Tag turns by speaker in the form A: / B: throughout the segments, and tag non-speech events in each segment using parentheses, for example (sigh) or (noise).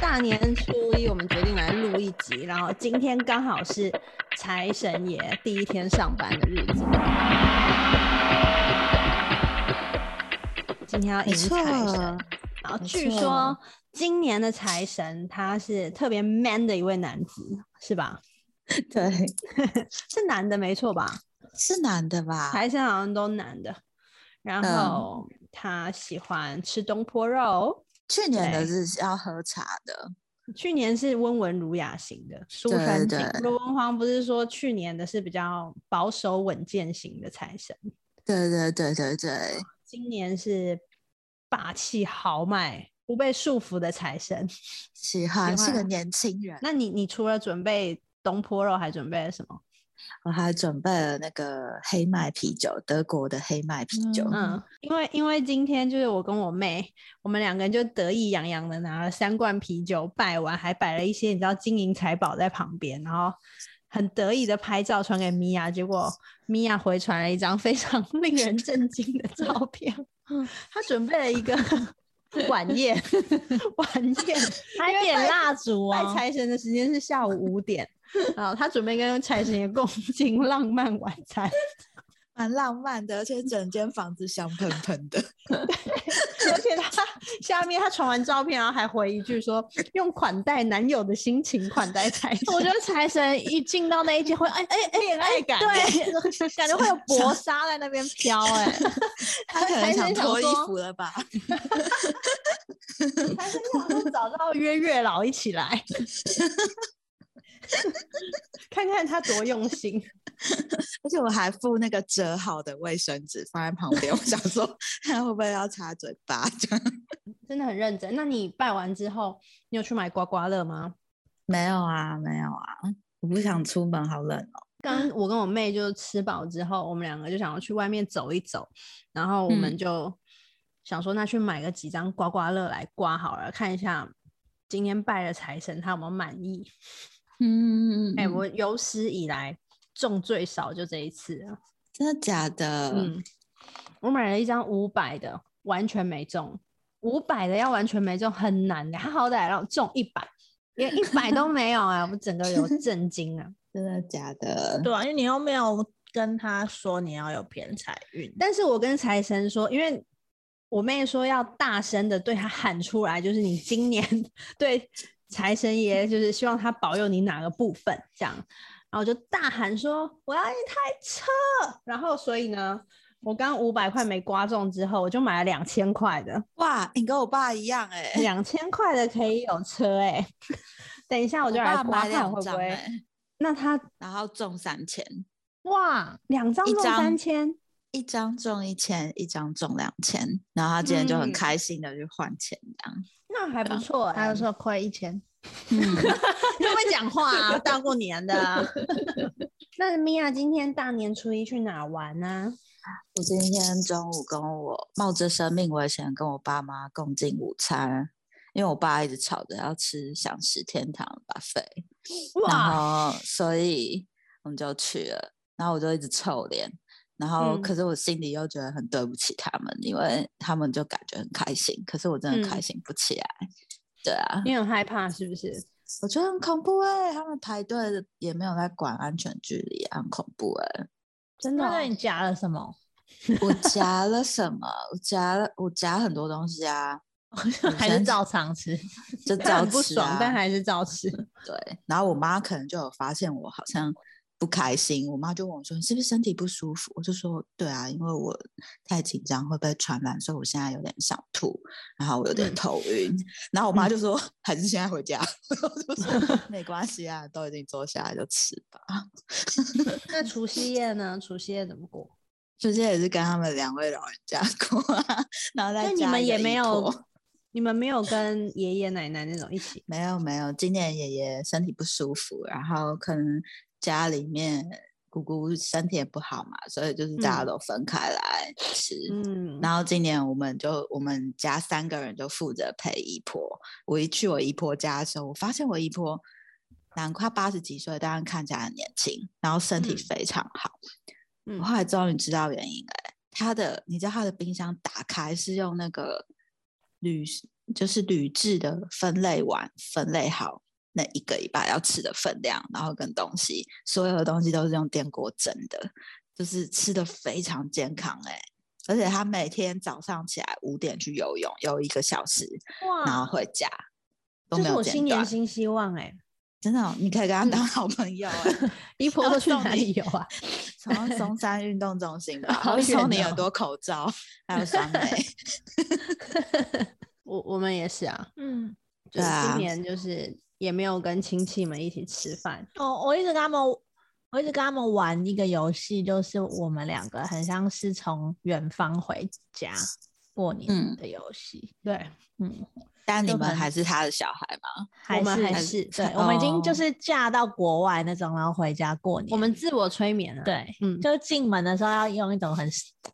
A: 大年初一，我们决定来录一集，然后今天刚好是财神爷第一天上班的日子。今天要迎财神，然后据
B: 没
A: 说
B: 错
A: 今年的财神他是特别 man 的一位男子，是吧？
B: 对，
A: 是男的没错吧？
B: (laughs) 是男的吧？
A: 财神好像都男的，然
B: 嗯
A: 后他喜欢吃东坡肉。
B: 去年的
A: 对
B: 日是要喝茶的，
A: 去年是温文儒雅型的书
B: 对
A: 生型，
B: 对
A: 罗文皇不是说去年的是比较保守稳健型的财神，
B: 对对对对对，
A: 今年是霸气豪迈、不被束缚的财神。
B: 喜欢是个
A: 欢
B: 年轻人。
A: 那你你除了准备东坡肉，还准备了什么？
B: 我还准备了那个黑麦啤酒，德国的黑麦啤酒。
A: 嗯， (laughs) 因为因为今天就是我跟我妹，我们两个人就得意洋洋的拿了三罐啤酒拜完，还摆了一些你知道金银财宝在旁边，然后很得意的拍照传给米娅，结果米娅回传了一张非 (laughs) 常令人震惊的照片， (laughs) 她准备了一个嗯 (laughs) 晚宴， (laughs) 晚宴
C: 还
A: 因为
C: 点
A: 拜
C: 蜡烛
A: 拜
C: 哦，
A: 财神的时间是下午五点，然后她准备跟财神爷共进浪漫晚餐。
B: 蛮浪漫的，而且整间房子香喷喷 (laughs) 的。
A: 而且他下面他传完照片，然后还回一句说：“用款待男友的心情款待财神。”
C: 我觉得财神一进到那一间会，哎哎哎，
A: 恋爱感， (laughs)
C: 对，
A: 感觉会有薄纱在那边 (laughs) 飘、哎，
B: 他可能
A: 财神
B: 想
A: 想
B: 脱衣
A: 说
B: 服了吧？
A: 还是想说找到约月老一起来， (laughs) 看看他多用心。
B: 而且我还附那个折好的卫生纸放在旁边，我想说他会不会要擦嘴巴？这样
A: 真的很认真。那你拜完之后，你有去买刮刮乐吗？
B: (laughs) 没有啊，没有啊，我不想出门，好冷哦。
A: 刚我跟我妹就吃饱之后，我们两个就想要去外面走一走，然后我们
B: 嗯
A: 就想说，那去买个几张刮刮乐来刮好了，看一下今天拜了财神他有没有满意。
B: 嗯，
A: 哎、我有史以来中最少就这一次了。
B: 真的假的？
A: 嗯，我买了一张五百的，完全没中。五百的要完全没中很难的，他好歹让我中一百，连一百都没有啊！我整个有震惊啊！
B: 真的假的？
C: 对啊，因为你又没有跟他说你要有偏财运，
A: 但是我跟财神说，因为我妹说要大声的对他喊出来，就是你今年 (laughs) 对财神爷，就是希望他保佑你哪个部分这样。然后我就大喊说我要一台车。然后所以呢，我刚五百块没刮中之后，我就买了两千块的，
B: 哇，你跟我爸一样哎、
A: 两千块的可以有车哎、 (laughs) 等一下我
B: 我
A: 就来
B: 爸
A: 刮
B: 买
A: 看
B: 两
A: 会不
B: 张
A: 会
B: 哎、？
A: (laughs) 那他
B: 然后中三千，
A: 哇，两张
B: 一
A: 中
B: 张
A: 三千，
B: 一张中一千，一张中两千，然后他今天就很
A: 嗯
B: 开心的去换钱这样。
A: 那还不错哎、
C: 他就说亏一千，
B: 嗯，
A: 你会不会讲话啊？大过年的、 (laughs) 那米娅今天大年初一去哪玩呢、
B: 我今天中午跟我冒着生命危险跟我爸妈共进午餐，因为我爸一直吵着要吃享食天堂的 buffet，然
A: 哇，
B: 后所以我们就去了，然后我就一直臭脸，然后
A: 嗯
B: 可是我心里又觉得很对不起他们，因为他们就感觉很开心，可是我真的开
A: 嗯
B: 心不起来。对啊，
A: 你很害怕是不是？
B: 我觉得很恐怖哎、他们排队的也没有在管安全距离，很恐怖哎、
A: 真的哦、
C: 那你夹了什 (laughs) 么？
B: 我夹了什么？我夹了，我夹很多东西
A: (laughs)
B: 啊，我
C: 还是
B: 先
C: 照常吃？
B: 就
A: 虽然
B: 照
A: 很不
B: 吃
A: 爽，
B: 啊。
A: 但还是照吃。
B: 对，然后我妈可能就有发现我好像不开心，我妈就问我说：“你是不是身体不舒服？”我就说：“对啊，因为我太紧张会被传染，所以我现在有点想吐，然后我有点
A: 嗯
B: 头晕。然后我妈就说：“还是现在回家。”我就说：“没关系啊，都已经坐下来就吃吧。”
A: 那除夕夜呢？除夕夜怎么过？
B: 就是也是跟他们两位老人家过、啊，然后
A: 那
B: 再
A: 你
B: 加
A: 们
B: 一
A: 也
B: 个
A: 没
B: 姨
A: 有
B: 婆，
A: (laughs) 你们没有跟爷爷奶奶那种一起？
B: 没有没有，今年爷爷身体不舒服，然后可能家里面姑姑身体也不好嘛，所以就是大家
A: 嗯
B: 都分开来吃。
A: 嗯，
B: 然后今年我们就我们家三个人就负责陪姨婆。我一去我姨婆家的时候，我发现我姨婆难快八十几岁，但看起来很年轻，然后身体
A: 嗯
B: 非常好。
A: 嗯
B: 我后来终于知道原因了欸、他的你知道他的冰箱打开是用那个铝就是铝制的分类完，分类好那一个礼拜要吃的分量，然后跟东西，所有的东西都是用电锅蒸的，就是吃的非常健康哎、而且他每天早上起来五点去游泳，游一个小时，然后
C: (laughs) 哇，
B: 回家，都
C: 嗯这
B: 没
C: 是
B: 有
C: 我
B: 间
C: 新嗯
B: 断
C: 年。新希望
A: 欸
C: 哎、
B: 真的哦、你可以跟他当好朋友、
C: (laughs)
B: 欸，
A: 姨婆
B: 要
A: 都去
B: 送
A: 哪
B: 你
A: 里游啊？
B: 从松山运动中心
C: (laughs)
B: 吧，
A: 好
B: 好送
A: 远
B: 你
A: 哦
B: 很多口罩，还有酸梅。
A: (laughs) 我我们也是啊，
C: 嗯，
A: 就
B: 对
A: 是
B: 啊
A: 今年就是也没有跟亲戚们一起吃饭，
C: 哦，我一直跟他们，我一直跟他们玩一个游戏，就是我们两个很像是从远方回家过
B: 嗯
C: 年的游戏。
A: 对，
C: 嗯，
B: 但你
C: 就
B: 们
C: 很
B: 还是他的小孩吗？
C: 还
A: 我们
C: 是
A: 还是
C: 对，我们已经就
B: 哦
C: 是嫁到国外那种，然后回家过年。
A: 我们自我催眠啊，，
C: 对，
A: 嗯，
C: 就是进门的时候要用一种很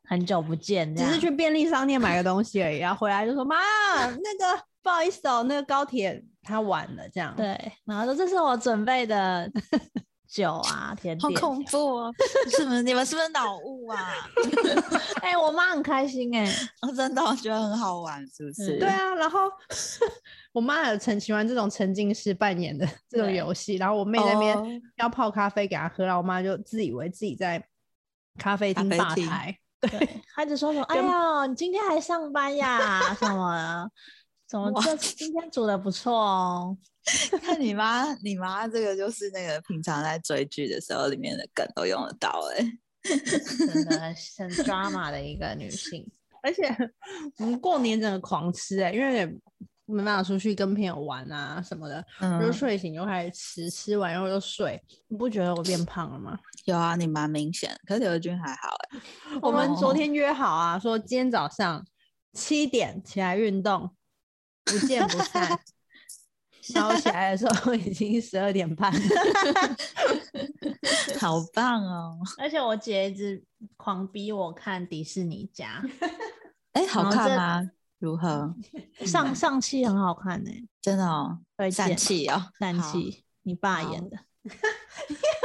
C: 很久不见这
A: 只
C: 样，
A: 是去便利商店买个东西而已，然后回来就说妈，那个不好意思哦，那个高铁它晚了，这样，
C: 对，然后说这是我准备的 (laughs) 酒啊，甜
B: 好
C: 点。
B: 恐怖哦！是不是？你们是不是脑雾啊？
C: 哎、我妈很开心哎、
B: 我真的我觉得很好玩，是不
C: 嗯
B: 是？
A: 对，啊，然后 (laughs) 我妈有很喜欢这种沉浸式扮演的这种
C: 对
A: 游戏，然后我妹那边
B: 哦
A: 要泡咖啡给她喝，然后我妈就自以为自己在咖啡
B: 咖
A: 厅
B: 啡
A: 吧
B: 厅
A: 台，
C: 对，她就说什么，哎
A: (laughs) 跟
C: 呦，你今天还上班呀？什么？怎么
B: 哇
C: 这今天煮的不错哦？
B: 看你妈，你妈这个就是那个平常在追剧的时候里面的梗都用得到哎、
C: 真的
A: (laughs)
C: 很很 drama 的一个女性。
A: 而且我们过年整个狂吃哎、因为也没办法出去跟朋友玩啊什么的，就
B: 嗯，
A: 睡醒就开始吃，吃完然后又睡，你不觉得我变胖了吗？
B: 有啊，你蛮明显，可是刘君还
C: (laughs)
B: 好哎、
A: 我们昨
B: 哦
A: 天约好啊，说今天早上七点起来运动，不见不
B: (laughs)
A: 散。然后起来的时候已经十二点半了，
B: 好棒哦！
C: (laughs) 而且我姐一直狂逼我看迪士尼家，
A: (laughs)
B: 哎、好
C: 然后
B: 看
C: 这
B: 吗？如何？
C: 上上期很好看呢、欸，
B: 真的哦，
C: 推
B: 散
C: 荐
B: 气哦，
C: 三
B: 好。
C: 期你爸
A: (laughs)
B: 好
C: 演的，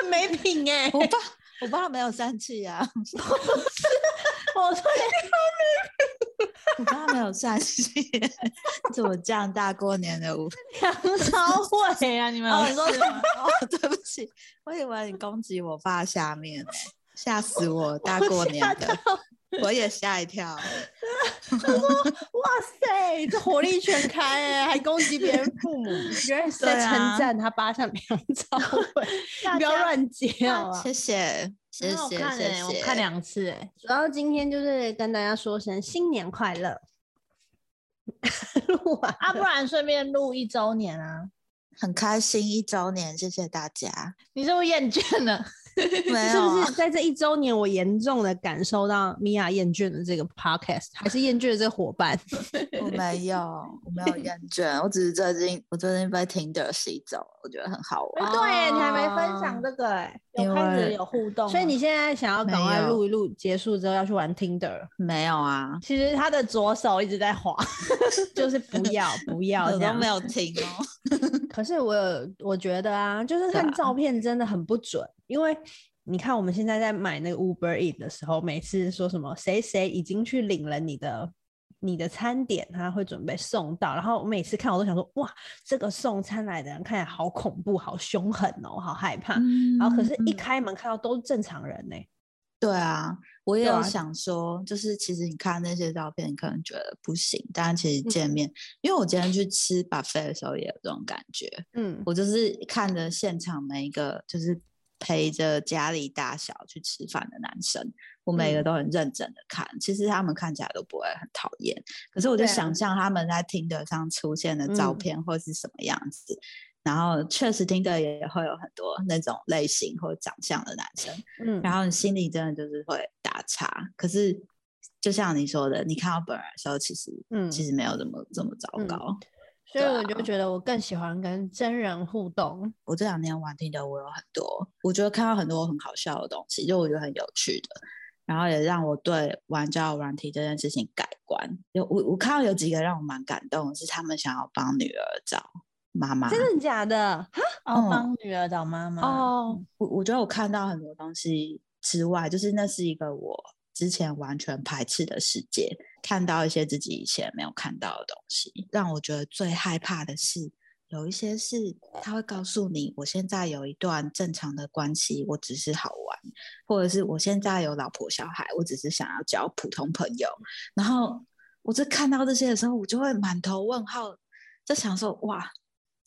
A: 没品哎、
B: 我爸，我爸没有散气啊，
C: 我说
A: (laughs)
B: 我爸没有散气，怎么这样大过年的我？
C: 梁朝伟啊，你们
B: 哦，
C: 有
B: 你说什么？ (laughs) 哦，对不起，我以为你攻击我爸下面呢，吓死我！大过年的，我也吓一跳。
A: 哇塞，这火力全开哎、还攻击别人父母，原来是在
B: 对
A: 称
B: 啊
A: 赞他爸像梁朝伟，你不要
C: (laughs) 大家
A: 乱接好吧？
B: 谢谢，谢
C: 很好
B: 谢，
C: 看
B: 谢
C: 欸
B: 谢。
C: 啊我看两次哎、
A: 欸主要今天就是跟大家说声新年快乐。 (laughs) 录完
C: 啊，不然顺便录一周年啊。
B: 很开心一周年，谢谢大家。
C: 你是不是厌倦了？哎
B: 没
A: 是
B: 有
A: 不
B: 啊
A: 是，在这一周年，我严重的感受到米娅厌倦的这个 podcast，还是厌倦的这个伙伴？
B: 我没有，我没有厌倦，我只是最近，我最近被 Tinder 吸走，我觉得很好玩。
A: 哎对耶你还没分享
C: 哦
A: 这个哎、
C: 有啊开
B: 因
C: 始
B: 为
C: 有互动吗，
A: 所以你现在想要赶快
B: 没有
A: 录一录，结束之后要去玩 Tinder，
B: 没有啊，
C: 其实他的左手一直在滑，
A: (laughs) 就是不要不要
B: 我
A: 这
B: 都
A: 样 (laughs)
B: 没。有听哦。 (laughs)
A: 可是我有我觉得啊，就是
B: 对
A: 看
B: 啊嗯
A: 照片真的很不准，因为你看我们现在在买那个 Uber Eat 的时候，每次说什么谁谁已经去领了你的。你的餐点他会准备送到，然后我每次看我都想说，哇，这个送餐来的人看起来好恐怖、好凶狠哦，好害怕。然后可是，一
B: 嗯
A: 开门看到都是正常人呢、
B: 对啊，我也
A: 对
B: 有
A: 啊
B: 想说，就是其实你看那些照片，你可能觉得不行，但其
A: 嗯
B: 实见面，因为我今天去吃 buffet 的时候也有这种感觉，
A: 嗯，
B: 我就是看着现场每一个就是陪着家里大小去吃饭的男生，我每个
A: 嗯
B: 都很认真的看，其实他们看起来都不会很讨厌，可是我就
A: 对啊
B: 想象他们在听得上出现的照
A: 嗯
B: 片会是什么样子。然后确实听得也会有很多那种类型或长相的男生，
A: 嗯，
B: 然后你心里真的就是会打叉。可是就像你说的，你看到本人的时候，其实、
A: 嗯
B: 其实没有这么这么糟
A: 嗯
B: 糕。
A: 所以
B: 对
A: 我就觉得我更喜欢跟真人互动。
B: 我这两年玩听的，我有很多，我觉得看到很多很好笑的东西，就我觉得很有趣的，然后也让我对玩交友软体这件事情改观。有我我看到有几个让我蛮感动，的是他们想要帮女儿找妈妈。
A: 真的假的？
C: 哦
B: 嗯
C: 帮女儿找妈妈，
A: 哦，
B: 我我觉得我看到很多东西之外，就是那是一个我之前完全排斥的世界，看到一些自己以前没有看到的东西。让我觉得最害怕的是，有一些是他会告诉你，我现在有一段正常的关系，我只是好玩，或者是我现在有老婆小孩，我只是想要交普通朋友。然后我在看到这些的时候，我就会满头问号，在想说，哇。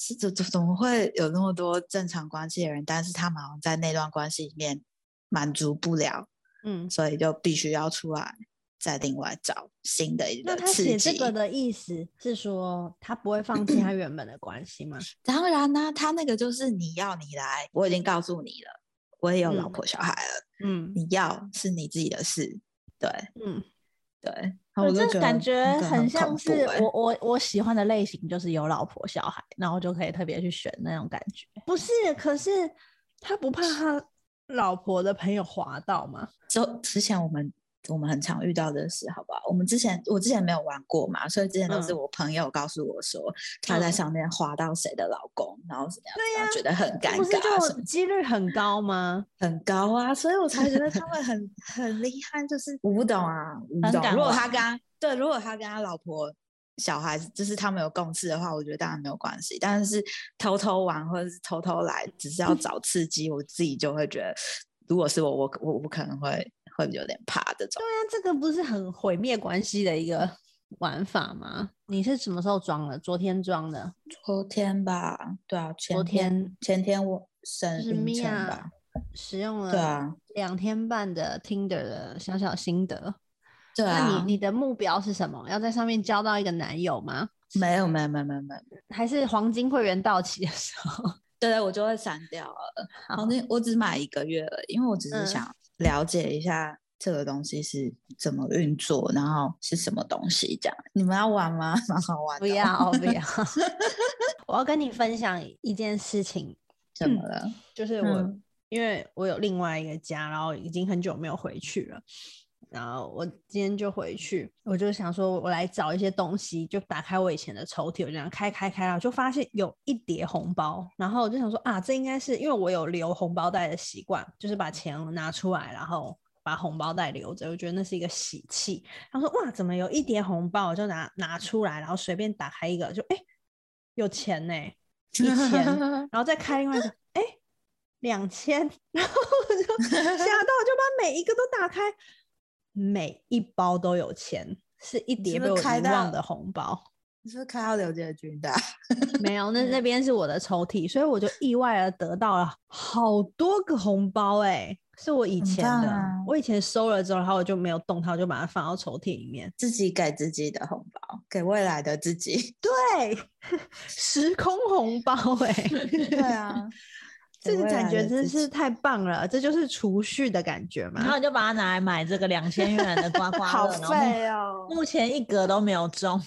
B: 是怎怎怎么会有那么多正常关系的人，但是他们好像在那段关系里面满足不了，
A: 嗯，
B: 所以就必须要出来再另外找新的一
C: 那
B: 个
C: 他
B: 刺
C: 写
B: 激
C: 这。个的意思是说，他不会放弃他原本的关系吗？
B: 当然呢、他那个就是你要你来，我已经告诉你了，我也有老
A: 嗯
B: 婆小孩了，
A: 嗯
B: 你要是你自己的事，对
A: 嗯，
B: 对。然后我就
C: 这
B: 觉得
C: 感觉
B: 那个
C: 很
B: 很
C: 像
B: 恐
C: 是
B: 怖欸
C: 我我我喜欢的类型，就是有老婆小孩，然后就可以特别去选那种感觉。
A: 不是，可是他不怕他老婆的朋友滑到吗？
B: 就之前我们我们很常遇到的事，好不好？我们之前我之前没有玩过嘛，所以之前都是
A: 嗯
B: 我朋友告诉我说、她在
A: 嗯
B: 上面滑到谁的老公，然后怎么样，然后觉得很尴
A: 不是
B: 尬啊什
A: 就
B: 么，
A: 几率很高吗？
B: 很高啊，所以我才觉得他们 (laughs) 很很厉害，就是我不懂啊，我不
C: 很
B: 懂。
C: 敢
B: 如果他
C: 玩
B: 跟他对，如果他跟他老婆。小孩子就是他们有共识的话，我觉得当然没有关系。但是偷偷玩或者是偷偷来，只是要找刺激，我自己就会觉得，如果是我，我我我可能会会有点怕这种。
A: 那这个不是很毁灭关系的一个玩法吗？
C: 你是什么时候装的？昨天装的，
B: 昨天吧，对啊，前
C: 昨天
B: 前天我
A: 就
B: 生
A: 是
B: 凌晨
A: Mia
B: 吧，
A: 使用
B: 对
A: 了
B: 啊，
A: 两天半的 Tinder 的小小心得。
B: 对
A: 那
B: 啊
A: 你，你的目标是什么？要在上面交到一个男友吗？
B: 没有没有没有没有没有，
A: 还是黄金会员到期的时候？
B: 对对，我就会删掉了。
A: 好
B: 反正我只买一个月而已，因为我只是
A: 嗯
B: 想了解一下这个东西是怎么运作，然后是什么东西这样。你们要玩吗？ (laughs) 蛮好玩的
A: 不
B: 哦，
A: 要不要！ (laughs) 我要跟你分享一件事情，
B: 怎么了？
A: 就是我、
B: 嗯
A: 因为我有另外一个家，然后已经很久没有回去了。然后我今天就回去，我就想说，我来找一些东西，就打开我以前的抽屉，我这样开开开，然后就发现有一叠红包。然后我就想说啊，这应该是因为我有留红包袋的习惯，就是把钱拿出来，然后把红包袋留着，我觉得那是一个喜气。他说哇，怎么有一叠红包？我就拿拿出来，然后随便打开一个，就哎、诶有钱呢、一
B: (laughs)
A: 千，然后再开另外一个，哎、两千，然后我就吓到，我就把每一个都打开，每一包都有钱，是一
B: 是
A: 叠
B: 不
A: 被
B: 是
A: 我
B: 开
A: 遗
B: 到
A: 忘的红包。
B: 你是不是看到刘杰军的啊？
A: 没有，那那边是我的抽屉，所以我就意外的得到了好多个红包、哎，是我以
B: 很
A: 前
B: 棒
A: 的，
B: 啊
A: 我以前收了之后，然后我就没有动它，我就把它放到抽屉里面。
B: (laughs) 自己给自己的红包，给未来的自己。 (laughs)
A: 对，时空红包哎、
B: 对啊，
A: (laughs) 这
B: 给
A: 个
B: 未
A: 感
B: 来
A: 觉
B: 的
A: 真
B: 自
A: 是
B: 己 (laughs)
A: 太棒了，这就是储蓄的感觉
C: 然后
A: 嘛。
C: 你就把它拿来买这个两千元的刮
A: (laughs)
C: 刮乐，
A: 好
C: 然后
A: 废
C: (laughs)
A: 哦！
C: 目前一格都没有中，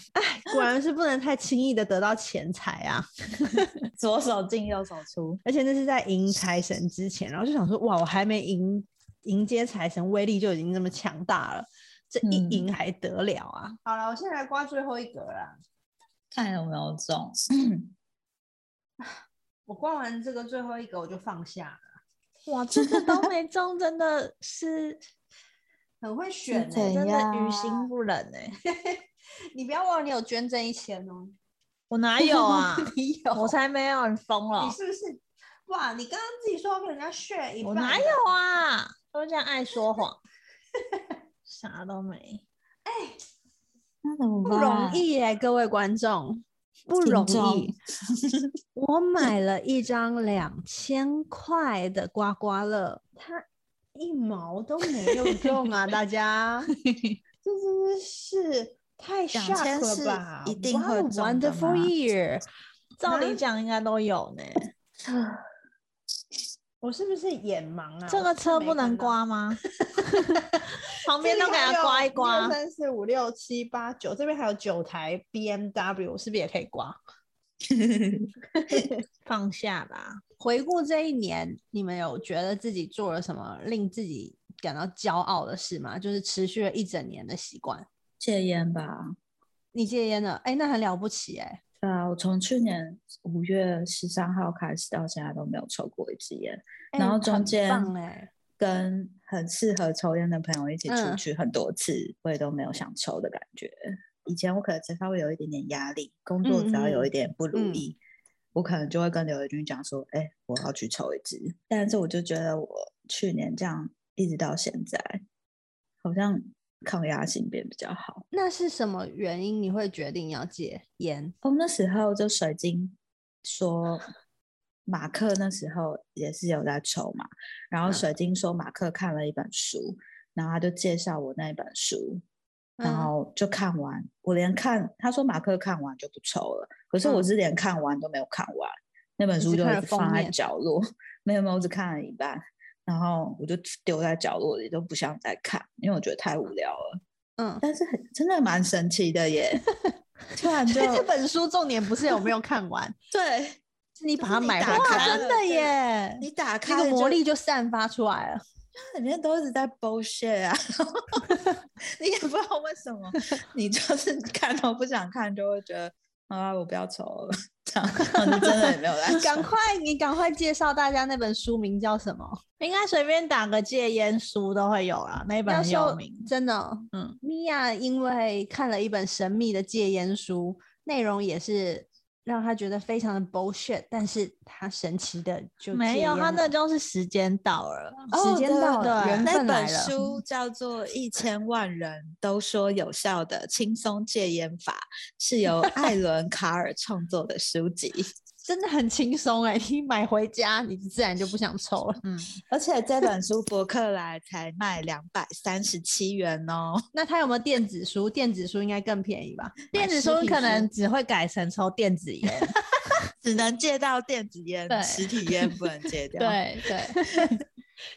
A: 果然是不能太轻易的得到钱财啊，
B: 左手进右手出。
A: 而且那是在迎财神之前，然后就想说，哇，我还没迎迎接财神，威力就已经这么强大了，这一
B: 嗯
A: 迎还得了啊？好了，我现在来刮最后一格啦。
B: 看有没有中。
A: 我刮完这个最后一格，我就放下了，
C: 哇，这个都没中，真的是
A: 很会选、欸，
B: 怎
C: 真的于
B: 样
C: 心不忍哎、
A: (laughs) 你不要忘了你有捐赠一千哦。
C: (laughs) 我哪有
A: (laughs)
C: 啊？
A: 你有
C: 我才没有，你疯了
A: 你！是不是？哇，你刚刚自己说要跟人家 share 一半，
C: 我哪有啊？都这样爱说谎， (laughs) 啥都没。
B: 那怎么
A: 不
B: 办
A: 容？易耶、各位观众
C: (laughs)
A: 不
B: 听
A: 容
B: 众
A: 易。我买了一张两千块的刮刮乐，它一毛都没有用啊！大家，这真的是太
B: 2000
A: shock
B: 是
A: 了吧！
B: 一定会
A: Wow,
B: 中的
A: wonderful
B: 吗
A: year。
C: 照理
A: 哪
C: 讲应该都有呢。
A: 我是不是眼盲啊？
C: 这
A: 我
C: 个
A: 是
C: 车
A: 没
C: 不能
A: 看到，(laughs)
C: 刮 (laughs) 吗？旁
A: 这
C: 边
A: 里
C: 都给
A: 还
C: 它
A: 有
C: 刮一刮
A: 1 2。三四五六七八九，这边还有九台 BMW，我是不是也可以刮？
C: 放下吧。
A: 回顾这一年，你们有觉得自己做了什么令自己感到骄傲的事吗？就是持续了一整年的习惯。
B: 戒烟吧。
A: 你戒烟了，哎、那很了不起哎、
B: 对啊，我从去年五月十三号开始到现在都没有抽过一支烟，
A: 哎
B: 然后
A: 很
B: 中间
A: 棒哎、
B: 跟很适合抽烟的朋友一起出
A: 嗯
B: 去很多次，我也都没有想抽的感觉。以前我可能稍微有一点点压力，工作只要有一点不如
A: 嗯嗯嗯
B: 意，我可能就会跟刘维军讲说：“哎、我要去抽一支。”但是我就觉得我去年这样一直到现在，好像抗压性变比较好。
A: 那是什么原因你会决定要戒烟？
B: 哦，那时候就水晶说，马克那时候也是有在抽嘛，然后
A: 嗯
B: 水晶说马克看了一本书，然后他就介绍我那一本书，然
A: 嗯 (laughs)
B: 后就看完，我连看他说马克看完就不抽了，可是我
A: 嗯
B: 是连看完都没有看完，那本
A: 你
B: 书
A: 只
B: 就
A: 看
B: 一
A: 了
B: 直
A: 封
B: 放在
A: 面
B: 角落， (laughs) 没有没有，我只看了一半，然后我就丢在角落里，都不想再看，因为我觉得太无聊了。
A: 嗯，
B: 但是很真的蛮神奇
A: (laughs)
B: 的耶，突然就
A: 所以这本书重点不是有没有看完，
B: 对。
A: 是你
B: 就
A: 把
B: 是
A: 它
B: 你
A: 买
B: 打
A: 回
B: 开
A: 来，
B: 了
A: 真的
B: 对
A: 耶！
B: 你打开
A: 那个
B: 了
A: 魔
B: 就
A: 力就散发出来了。
B: 里面都一直在 bullshit 啊， (laughs) 你也不知道为什么，你就是看都不想看，就会觉得啊，我不要抽了，这样，然后就真的也没有来
A: (laughs) (laughs) 赶
B: 抽。
A: 快，你赶快介绍大家那本书名叫什么？
C: 应该随便打个戒烟书都会有啦，那一本
A: 要
C: 很有
A: 说
C: 名。
A: 真的哦，
C: 嗯，
A: 米娅因为看了一本神秘的戒烟书，内容也是让她觉得非常的 bullshit，但是她神奇的就戒
C: 没有，
A: 烟哦
C: 他那
A: 了
C: 就是时间到了。
A: 时间到了
C: 对
A: 缘
B: 那
A: 分
B: 本
A: 来了。
B: 书叫做《一千万人都说有效的轻松戒烟法》，是由艾伦·卡尔创作的书籍，
A: 真的很轻松哎，你买回家你自然就不想抽
C: (laughs)
A: 了。
C: 嗯，
B: 而且这本书博客来才卖两百三十七元哦。
A: 那它有没有电子书？电子书应该更便宜吧？
C: 电子
A: 买实
C: 书
A: 体
C: 可能只会改成抽电子
A: (laughs)
C: 烟。
B: 只能戒到电子烟
C: 对，
B: 实体烟不能戒掉。，
C: 对对，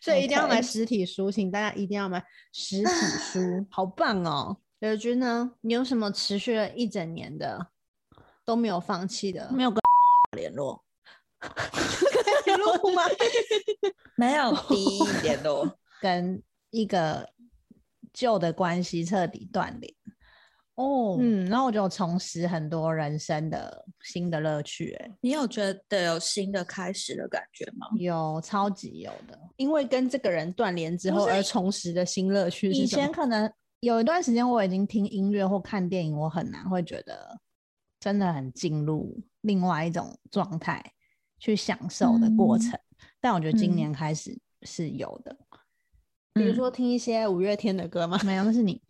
A: 所以一定要买
B: OK
A: 实体书，请大家一定要买实体书，好棒哦！刘军呢，你有什么持续了一整年的都没有放弃的？
C: 没
A: 有
C: 有跟联络。
A: 录吗？
B: 没有第一点多。
C: 跟一个旧的关系彻底断联。
A: 哦，嗯，
C: 嗯，然后我就重拾很多人生的新的乐趣、欸，
B: 你有觉得有新的开始的感觉吗？
C: 有超级有的。
A: 因为跟这个人断联之
C: 不
A: 后
C: 是
A: 而重拾的新乐趣
C: 以
A: 是什
C: 前
A: 么？
C: 可能有一段时间我已经听音乐或看电影，我很难会觉得真的很进入另外一种状态去享受的过
B: 嗯
C: 程。但我觉得今
B: 嗯
C: 年开始是有的，
A: 比如说听一些五月天的歌
C: (laughs)
A: 吗？
C: 没有，那是你。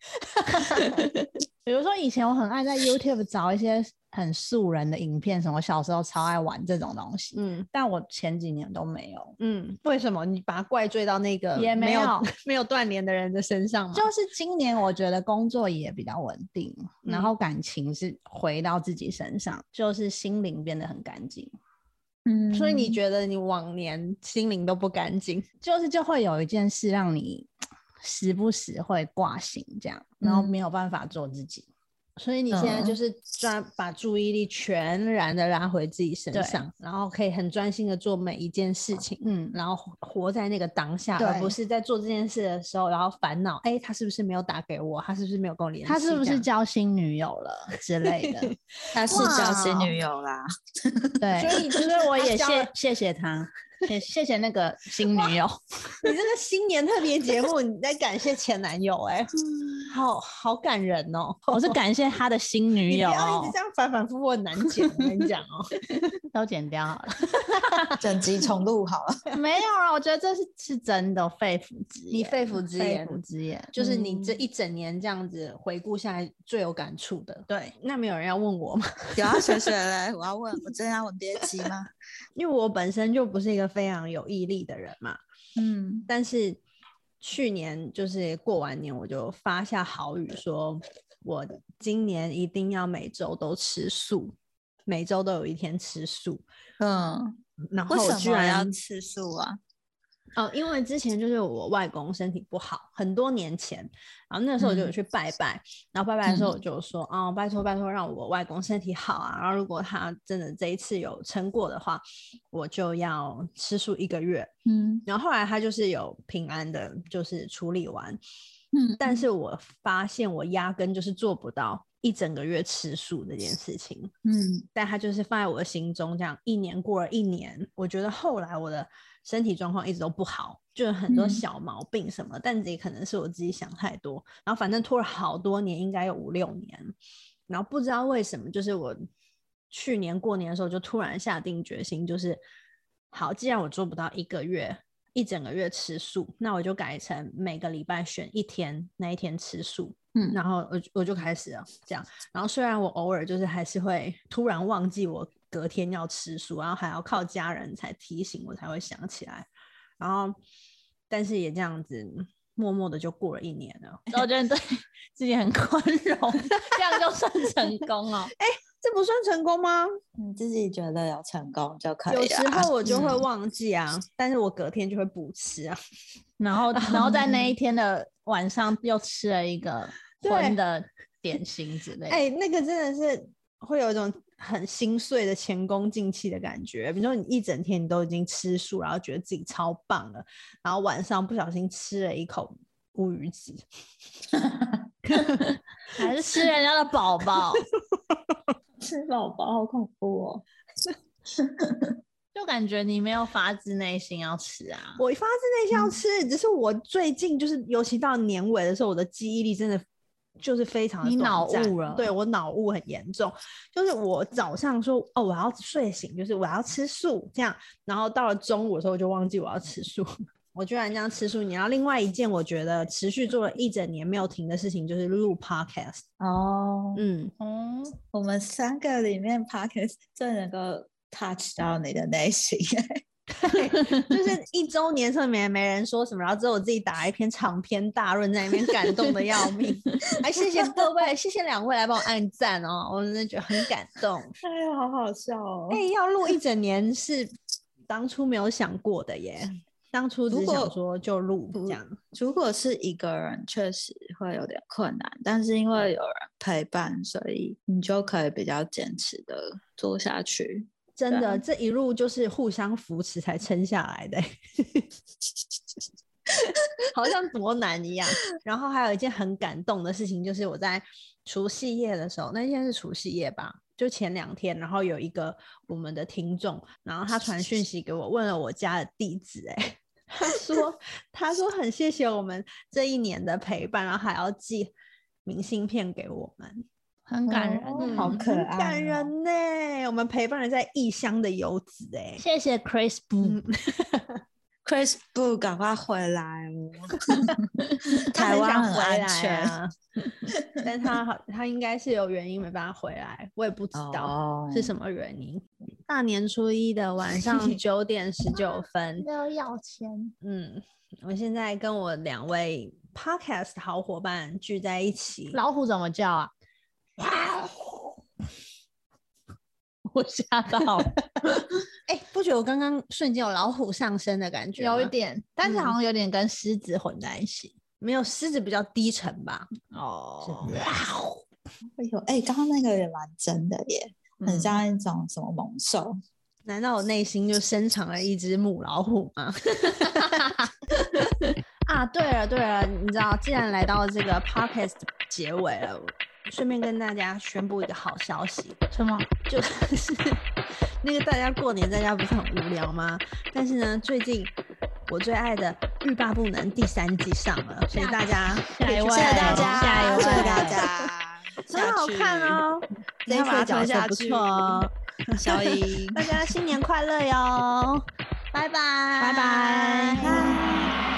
C: 比如说以前我很爱在 YouTube 找一些很素人的影片，什么我小时候超爱玩这种东西，
A: 嗯
C: 但我前几年都没有。
A: 嗯，为什么你把它怪罪到那个
C: 也
A: 没
C: 没有
A: (laughs) 没有断联的人的身上吗？
C: 就是今年我觉得工作也比较稳定，然后感情是回到自己身上，就是心灵变得很干净，
B: 嗯
A: 所以你觉得你往年心灵都不干净？
C: 就是就会有一件事让你时不时会挂心这样，然后没有办法做自己。
A: 所以你现在
B: 嗯
A: 就是专把注意力全然的拉回自己身
C: 对
A: 上，然后可以很专心的做每一件事情，
C: 嗯，
A: 然后活活在那个当下，而不
C: 对
A: 是在做这件事的时候，然后烦恼，哎，他是不是没有打给我？他是不是没有跟我联系？
C: 他是不
A: 这
C: 是
A: 样
C: 交新女友了之类的？
B: 她是交新女友啦，
C: 对，
A: 所以
C: 所以我
A: 他
C: 也
A: 交
C: 谢
A: 了
C: 谢谢他，谢谢谢那个新女友。
A: 你这个新年特别节目，你在感谢前男友、哎，好好感人哦。
C: 我是感谢他的新女
A: 你不
C: 友，
A: 要一直这样反反复复很难剪，我跟你讲哦。
C: 都剪掉好
B: 整集重录好了。
A: (laughs)
C: 了。没有啊，我觉得这是是真的肺腑之言，
A: 你肺腑之言
C: 肺腑之言。
A: 就是你这
B: 嗯
A: 一整年这样子回顾下来最有感触的，
C: 对，
A: (laughs) 那没有人要问我吗？
B: 有啊，雪雪嘞，我要问，我真的要问第二集吗？
A: 因为我本身就不是一个非常有毅力的人嘛，
B: (laughs) 嗯，
A: 但是去年就是过完年，我就发下豪语说，我今年一定要每周都吃素，每周都有一天吃素。
B: 嗯，
A: 然后
B: 为
A: 我
B: 什
A: 居
B: 么要
A: 然
B: 吃素啊？
A: 哦，因为之前就是我外公身体不好，很多年前，然后那时候我就有
B: 嗯
A: 去拜拜，然后拜拜的时候我
B: 嗯
A: 就说，哦，拜托拜托，让我外公身体好啊，然后如果他真的这一次有撑过的话，我就要吃素一个月。
B: 嗯
A: 然后后来他就是有平安的，就是处理完，
B: 嗯
A: 但是我发现我压根就是做不到
C: 一整个月吃素这件事情，
B: 嗯
C: 但它就是放在我的心中，这样一年过了一年，我觉得后来我的身体状况一直都不好，就有很多
B: 嗯
C: 小毛病什么，但也可能是我自己想太多。然后反正拖了好多年，应该有五六年，然后不知道为什么，就是我去年过年的时候就突然下定决心，就是好，既然我做不到一个月。一整个月吃素，那我就改成每个礼拜选一天，那一天吃素。
B: 嗯
C: 然后我就我就开始了这样。然后虽然我偶尔就是还是会突然忘记我隔天要吃素，然后还要靠家人才提醒我才会想起来。然后，但是也这样子默默的就过了一年了。
A: 我觉得
C: (laughs)
A: 你对自己很宽容，这样就算成功
C: (laughs)
A: 了。
C: 这不算成功吗？
B: 你自己觉得有成功就可以
C: 有
B: 了。
C: 时候我就会
B: 嗯
C: 忘记啊，但是我隔天就会补吃啊。
A: 然后，然后在那一天的晚上又吃了一个
C: 对
A: 荤的点心之类的。
C: 哎、那个真的是会有一种很心碎的前功尽弃的感觉。比如说，你一整天你都已经吃素，然后觉得自己超棒了，然后晚上不小心吃了一口乌鱼子，
A: 还是吃人家的宝
C: (laughs)
A: 宝，
B: 吃宝宝好恐怖哦！
A: 就感觉你没有发自内心要吃啊。
C: 我发自内心要吃，只是我最近就是，尤其到年尾的时候，我的记忆力真的就是非常的
A: 你
C: 短
A: 脑
C: 暂
A: 雾了
C: 对我脑雾很严重。就是我早上说哦，我要睡醒，就是我要吃素这样，然后到了中午的时候，我就忘记我要吃素。 (laughs) 我居然这样吃素，你要另外一件我觉得持续做了一整年没有停的事情，就是录 podcast。
B: 哦，
C: 嗯，
A: 嗯，
B: 我们三个里面 p o c k e t 最能够 touch 到你的内心。
C: (laughs) 就是一周年上面没人说什么，然后之后我自己打了一篇长篇大论，在那边感动的要命。 (laughs) 哎，谢谢各位，谢谢两位来帮我按赞哦，我真的觉得很感动。
B: 哎呀，好好笑哦 (laughs)
C: 哎、要录一整年是当初没有想过的耶，当初只
B: 如
C: 想
B: 果
C: 说就录
B: 不
C: 这样。
B: 如果是一个人，确实会有点困难，但是因为有人陪伴，所以你就可以比较坚持的做下去。
C: 真的，
B: 对
C: 这一路就是互相扶持才撑下来的 (laughs) 欸，好像多难一样。然后还有一件很感动的事情，就是我在除夕夜的时候，那天是除夕夜吧，就前两天，然后有一个我们的听众，然后他传讯息给我，问了我家的地址、欸，哎。 (laughs) 他说：“他说很谢谢我们这一年的陪伴，然后还要寄明信片给我们。
A: 很感人。
B: 哦好
C: 嗯
B: 可
C: 很
B: 爱
C: 感
B: 哦
C: 人呢、我们陪伴了在异乡的游子哎、
A: 谢谢 Chris
C: 嗯 (laughs)
A: Boo，
B: (laughs) Chris 不，赶快回来哦！
C: 他
B: 台
C: 很
B: 湾
C: 想
B: 很
C: 回
B: 安
C: 来
B: 全
C: 啊，
A: 嗯
C: 但他好，他应该是有原因没办法回来，我也不知道
B: 哦
C: 是什么原因。大年初一的晚
A: (laughs)
C: 上九点十九分，
A: 要要钱。
C: 嗯，我现在跟我两位 podcast 好伙伴聚在一起，
A: 老虎怎么叫啊？ (laughs) 我吓到，
C: (laughs) 哎、不觉得我刚刚瞬间有老虎上身的感觉吗？
A: 有一点，但是
C: 嗯
A: 好像有点跟狮子混在一起。
C: 没有狮子比较低沉吧？
A: 哦，
B: 哎呦，哎，刚刚那个也蛮真的耶，很
A: 嗯
B: 像一种什么猛兽。
C: 难道我内心就深藏了一只母老虎吗？啊，对了对了，你知道，既然来到这个 podcast 结尾了，我顺便跟大家宣布一个好消息，
A: 什么？
C: 就是 (laughs) 那个大家过年在家不是很无聊吗？但是呢，最近我最爱的《欲罢不能》第三季上了，所以大家
A: 下
C: 可以
A: 一
C: 去
A: 位
B: 谢谢
C: 看
B: 大
C: 哦
B: 家，
A: 下一位
B: 谢谢大家， (laughs)
C: 很好看哦，
B: 你
C: 这
B: 要
C: 一
B: 把
C: 次
B: 它
C: 角
B: 推
C: 色
B: 下
C: 不
B: 去
C: 错哦。
B: 小姨， (laughs)
C: (laughs) 大家新年快乐哟！拜拜，
B: 拜拜。